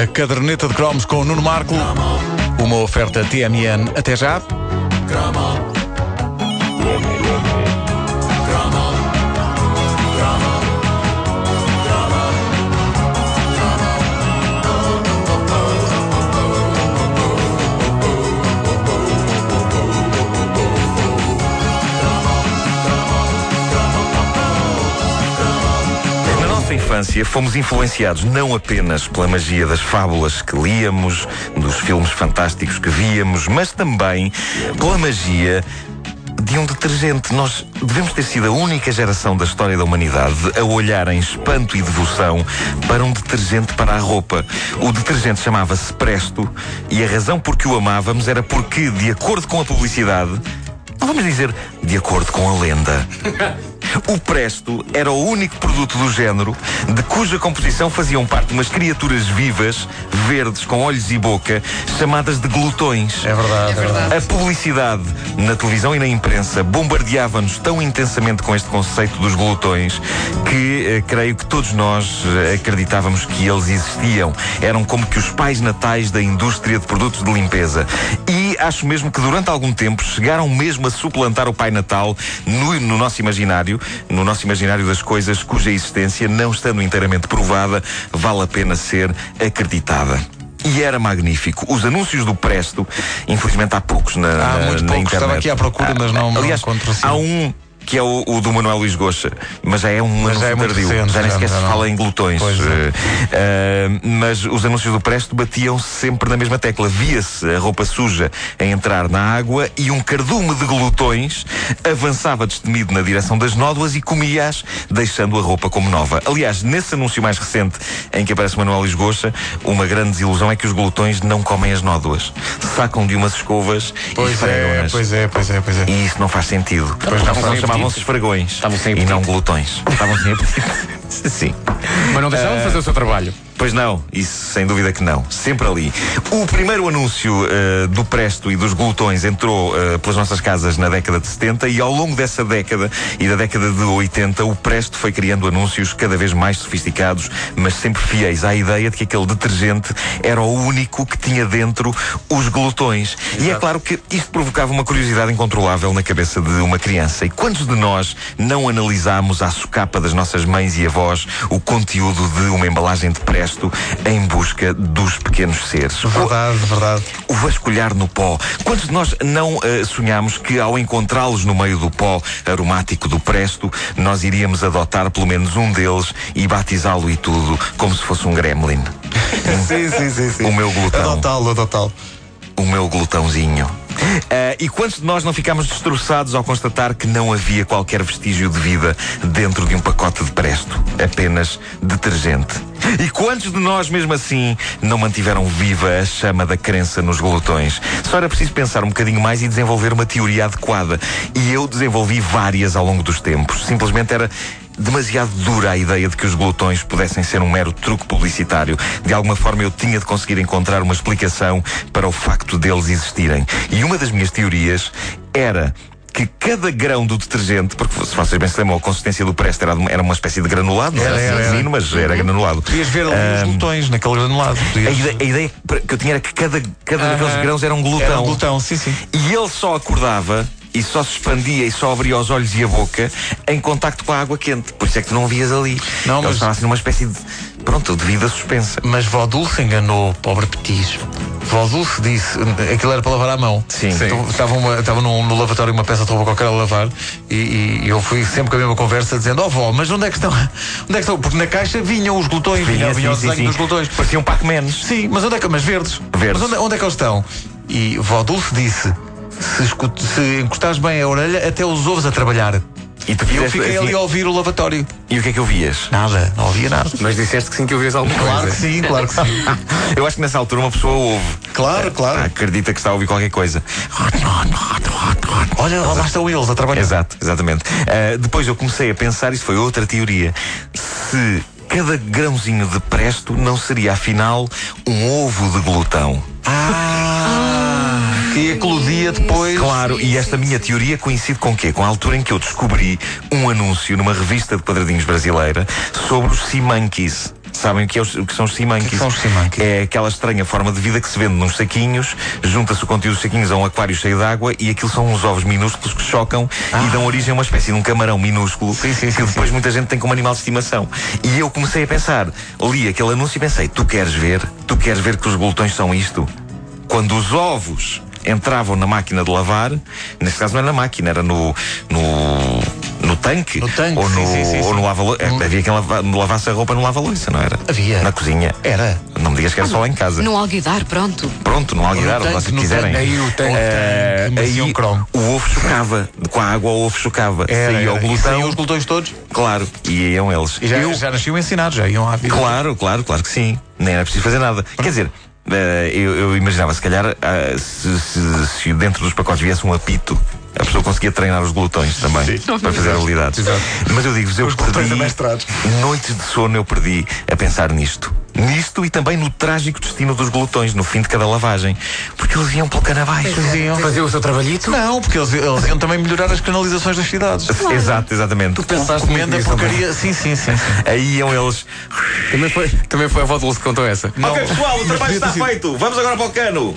A caderneta de cromos com o Nuno Marco. Uma oferta TMN. Até já. Na nossa infância fomos influenciados não apenas pela magia das fábulas que líamos, dos filmes fantásticos que víamos, mas também pela magia de um detergente. Nós devemos ter sido a única geração da história da humanidade a olhar em espanto e devoção para um detergente para a roupa. O detergente chamava-se Presto e a razão por que o amávamos era porque, de acordo com a publicidade, não vamos dizer de acordo com a lenda, o Presto era o único produto do género de cuja composição faziam parte umas criaturas vivas, verdes, com olhos e boca, chamadas de glutões. É verdade. É verdade. A publicidade na televisão e na imprensa bombardeava-nos tão intensamente com este conceito dos glutões que eh, creio que todos nós eh, acreditávamos que eles existiam. Eram como que os pais natais da indústria de produtos de limpeza. E acho mesmo que durante algum tempo chegaram mesmo a suplantar o Pai Natal no, no nosso imaginário, no nosso imaginário das coisas cuja existência, não estando inteiramente provada, vale a pena ser acreditada. E era magnífico. Os anúncios do Presto, infelizmente há poucos na, Há na- muito na poucos. internet. Estava aqui à procura, mas não- não Aliás, encontro assim. há um que é o, o do Manuel Luís Goxa, mas já é um Mas já anúncio é muito tardio. recente, já nem já- sequer já se não. fala em glutões. Pois é. Eh, ah, mas os anúncios do Presto batiam sempre na mesma tecla. Via-se a roupa suja a entrar na água e um cardume de glutões avançava destemido na direção das nódoas e comia-as, deixando a roupa como nova. Aliás, nesse anúncio mais recente em que aparece Manuel Esgocha, uma grande desilusão é que os glutões não comem as nódoas. Sacam de umas escovas e Pois é, esfregam-nas. pois é, pois é, pois é. E isso não faz sentido. Pois não, Porque fazem eles chamavam-se esfragões. Estavam sem e não apetite. glutões. Estavam sem apetite. Sim. Mas não deixavam de fazer o seu trabalho. Pois não, isso sem dúvida que não. Sempre ali. O primeiro anúncio eh, do Presto e dos Glutões entrou eh, pelas nossas casas na década de 70 e ao longo dessa década e da década de 80 o Presto foi criando anúncios cada vez mais sofisticados, mas sempre fiéis à ideia de que aquele detergente era o único que tinha dentro os glutões. E é claro que isto provocava uma curiosidade incontrolável na cabeça de uma criança. E quantos de nós não analisámos à socapa das nossas mães e avós o conteúdo de uma embalagem de presto em busca dos pequenos seres? Verdade, verdade. O vasculhar no pó. Quantos de nós não eh, sonhámos que ao encontrá-los no meio do pó aromático do presto, nós iríamos adotar pelo menos um deles e batizá-lo e tudo como se fosse um gremlin? sim, sim, sim, sim. O meu glutão. Adotá-lo, adotá-lo. o meu glutãozinho. Ah, e quantos de nós não ficámos destroçados ao constatar que não havia qualquer vestígio de vida dentro de um pacote de presto, apenas detergente? E quantos de nós, mesmo assim, não mantiveram viva a chama da crença nos glutões? Só era preciso pensar um bocadinho mais e desenvolver uma teoria adequada. E eu desenvolvi várias ao longo dos tempos. Simplesmente era demasiado dura a ideia de que os glutões pudessem ser um mero truque publicitário. De alguma forma eu tinha de conseguir encontrar uma explicação para o facto deles existirem. E uma das minhas teorias era que cada grão do detergente, porque se vocês bem se lembram, a consistência do Presto era, de uma- era uma espécie de granulado, não Era, era, era, era. assim fino, mas era granulado. Ah, Podias ver ali os glutões naquele granulado. A Podias... ideia, a ideia que eu tinha era que cada, cada daqueles grãos era um glutão. Era um glutão, sim, sim. E ele só acordava e só se expandia e só abria os olhos e a boca em contacto com a água quente. Por isso é que tu não o vias ali. Não, ele mas- estava assim numa espécie de. Pronto, de vida suspensa. Mas Vó Dulce enganou o pobre Petis. Vó Dulce disse, aquilo era para lavar à mão. Sim. Então, estava uma- estava num- no lavatório uma peça de roupa qualquer a lavar e, e eu fui sempre com a mesma conversa dizendo, ó vó, mas onde é que estão? Onde é que estão? Porque na caixa vinham os glutões, vinha, vinha o desenho dos glutões. Pareciam Pac-Mans. Sim, mas onde é que. Mas verdes. Verdes. Mas onde, onde é que eles estão? E vó Dulce disse: se, escut- se encostares bem a orelha, até os ovos a trabalhar. E tu E eu fizeste fiquei assim- ali a ouvir o lavatório. E o que é que eu vias? Nada, não ouvia nada. Mas disseste que sim que ouvias alguma Claro que coisa. sim, claro que sim. Eu acho que nessa altura uma pessoa ouve. Claro, claro. Ah, Acredita que está a ouvir qualquer coisa. Olha, lá estão eles a trabalhar. Exato, exatamente. Ah, depois eu comecei a pensar, isso foi outra teoria. Se cada grãozinho de presto não seria afinal um ovo de glutão. Ah, que eclodia depois. Claro, e esta minha teoria coincide com o quê? Com a altura em que eu descobri um anúncio numa revista de quadradinhos brasileira sobre os Simanquis. sabem o que, é os- o que são os simankis. O que é que são os simankis? É aquela estranha forma de vida que se vende nos saquinhos, junta-se o conteúdo dos saquinhos a um aquário cheio de água e aquilo são uns ovos minúsculos que chocam e dão origem a uma espécie de um camarão minúsculo Ah. Sim, sim, que sim, depois muita gente tem como animal de estimação. E eu comecei a pensar, li aquele anúncio e pensei, tu queres ver? Tu queres ver que os glutões são isto? Quando os ovos entravam na máquina de lavar, neste caso não era na máquina, era no. no no tanque, No tanque, ou sim, no, sim, sim, ou sim. no lava-lou- é, havia quem lava, lavasse a roupa no lava-louça, não era? Havia. Na cozinha. Era. Não me digas que era só lá em casa. Num alguidar, pronto. Pronto, não alguidar, o que tanque, vocês no quiserem. tanque, aí o tanque, Eh, tanque, aí macio, cromo. o ovo chocava, com a água o ovo chocava. Era, Saía era. o E saíam glutão, os glutões todos. claro, e iam eles. E já, Eu- já nasciam ensinados, já iam à vida. Claro, claro, claro que sim. Nem era preciso fazer nada. Quer dizer, eh, eu, eu imaginava, se calhar, ah, se, se- se dentro dos pacotes viesse um apito, a pessoa conseguia treinar os glutões também para fazer habilidades. Mas eu digo-vos, eu glutões perdi amestrados. noites de sono eu perdi a pensar nisto. Nisto e também no trágico destino dos glutões, no fim de cada lavagem. Porque eles iam pelo cano abaixo. Faziam. Fazer o seu trabalhito? Não, porque eles, eles iam também melhorar as canalizações das cidades. Exato, exatamente. Tu Pensaste comendo a porcaria. Sim, sim, sim. sim. Aí iam eles. Também foi, também foi a avó de Lúcio que contou essa. Ok, Não. pessoal, o trabalho está feito. Vamos agora para o cano.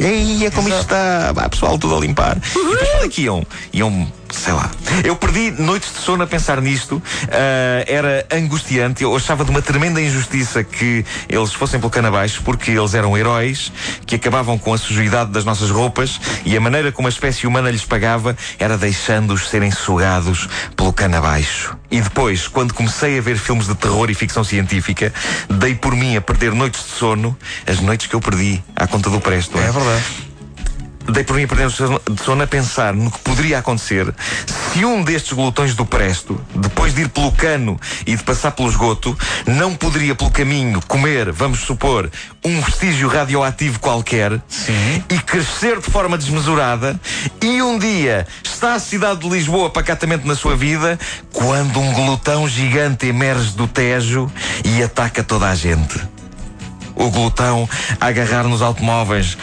E é como isto está. Vá, pessoal, tudo a limpar. E depois para onde é que iam? Iam, sei lá. Eu perdi noites de sono a pensar nisto. Ah, era angustiante. Eu achava de uma tremenda injustiça que eles fossem pelo cano abaixo, porque eles eram heróis que acabavam com a sujidade das nossas roupas e a maneira como a espécie humana lhes pagava era deixando-os serem sugados pelo cano abaixo. E depois, quando comecei a ver filmes de terror e ficção científica, dei por mim a perder noites de sono, as noites que eu perdi à conta do presto. É verdade. Dei por mim a perder de sono a pensar no que poderia acontecer se um destes glutões do Presto, depois de ir pelo cano e de passar pelo esgoto, não poderia pelo caminho comer, vamos supor, um vestígio radioativo qualquer Sim. e crescer de forma desmesurada e um dia está a cidade de Lisboa pacatamente na sua vida quando um glutão gigante emerge do Tejo e ataca toda a gente. O glutão a agarrar nos automóveis,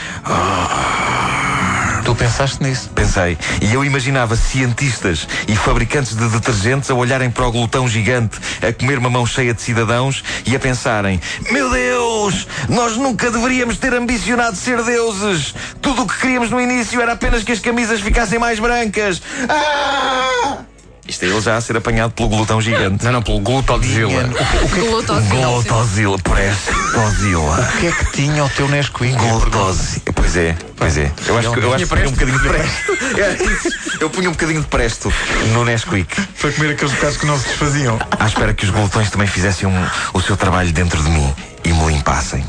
Tu pensaste nisso. Pensei, e eu imaginava cientistas e fabricantes de detergentes a olharem para o glutão gigante, a comer uma mão cheia de cidadãos e a pensarem: Meu Deus, nós nunca deveríamos ter ambicionado ser deuses. Tudo o que queríamos no início era apenas que as camisas ficassem mais brancas. Ah! Isto é ele já a ser apanhado pelo glutão gigante. Não, não, pelo glúteo de gila. Glutosina. Glutozila, prestozila. O que é que tinha o teu Nesquik? Glutose. Pois é, pois é. Eu acho que eu, acho que punha um bocadinho de presto. É isso. Eu punha um bocadinho de presto no Nesquik. Para comer aqueles bocados que não se desfaziam. À espera que os glutões também fizessem um- o seu trabalho dentro de mim e me limpassem.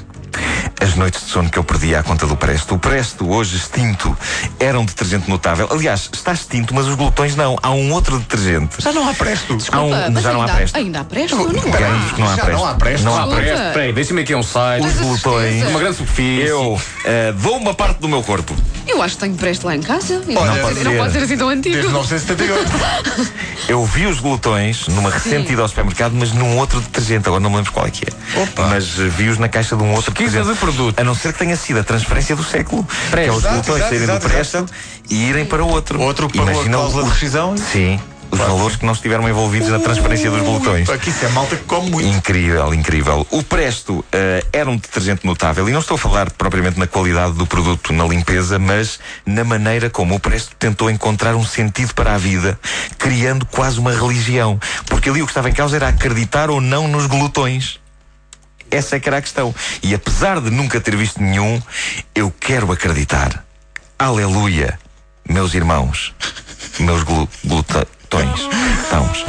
As noites de sono que eu perdi à conta do Presto. O Presto, hoje extinto, era um detergente notável. Aliás, está extinto, mas os glutões não. Há um outro detergente. Já não há presto. Há um- Opa, mas já não há ainda, presto. ainda há presto? Não Garanto-vos há. que não há Já Presto. não há Presto. Não há Desculpa. Presto. Espera aí, deixa-me aqui um site. Mas a glutões. certeza. Uma grande superfície. Eu eh, dou uma parte do meu corpo. Eu acho que tenho presto lá em casa. E Olha, não, pode ser, ser. não pode ser assim tão Desde antigo. 1978. Eu vi os glutões numa recente ida ao supermercado, mas num outro detergente, agora não me lembro qual é que é. Mas eh, vi-os na caixa de um outro Pesquisa detergente. de produto. A não ser que tenha sido a transferência do século. Que é os Exato, glutões exato, saírem exato, do presto e irem para outro. Outro que pagou a Imagina cláusula o- de rescisão. Sim, os valores que não estiveram envolvidos na transferência dos glutões. Aqui isso é malta que come muito. Incrível, incrível. O Presto eh, era um detergente notável e não estou a falar propriamente na qualidade do produto, na limpeza, mas na maneira como o Presto tentou encontrar um sentido para a vida, criando quase uma religião. Porque ali o que estava em causa era acreditar ou não nos glutões. Essa é que era a questão. E apesar de nunca ter visto nenhum, eu quero acreditar. Aleluia, meus irmãos, meus glu glutões. Tãos.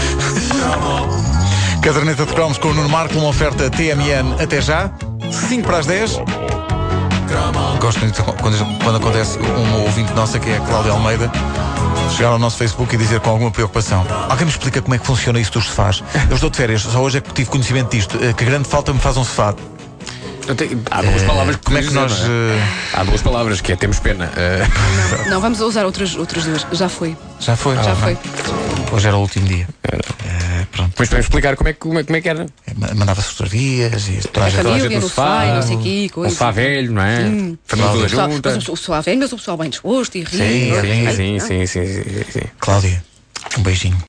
Caderneta de Cromos com o Nuno Marco, uma oferta TMN até já. 5 para as 10. Gosto muito quando, quando acontece um ouvinte nossa, que é a Cláudia Almeida, chegar ao nosso Facebook e dizer com alguma preocupação: Alguém me explica como é que funciona isso dos sofás? Eu estou de férias, só hoje é que tive conhecimento disto. Eh, Que grande falta me faz um sofá. Eu tenho- Há duas palavras que Como é que podemos nós. dizer, não Eh, é? eh, Há duas palavras que é temos pena. Eh, Não, vamos usar outras, outras duas. Já foi. Já foi? Já Ah, foi. Hoje era o último dia. Eh, pronto. mas podemos explicar como é, que- como, é, como é que era. Eh, ma- Mandava sugerias e toda a gente- toda a Família, gente no no sofá, sofá, e não sei o quê, Um coisa. sofá velho, não é? Família toda Pessoal- junta. mas o pessoal velho, mas o pessoal bem disposto e rindo. Sim, Sim, Ai, sim, sim, sim, sim, sim. Cláudia, um beijinho.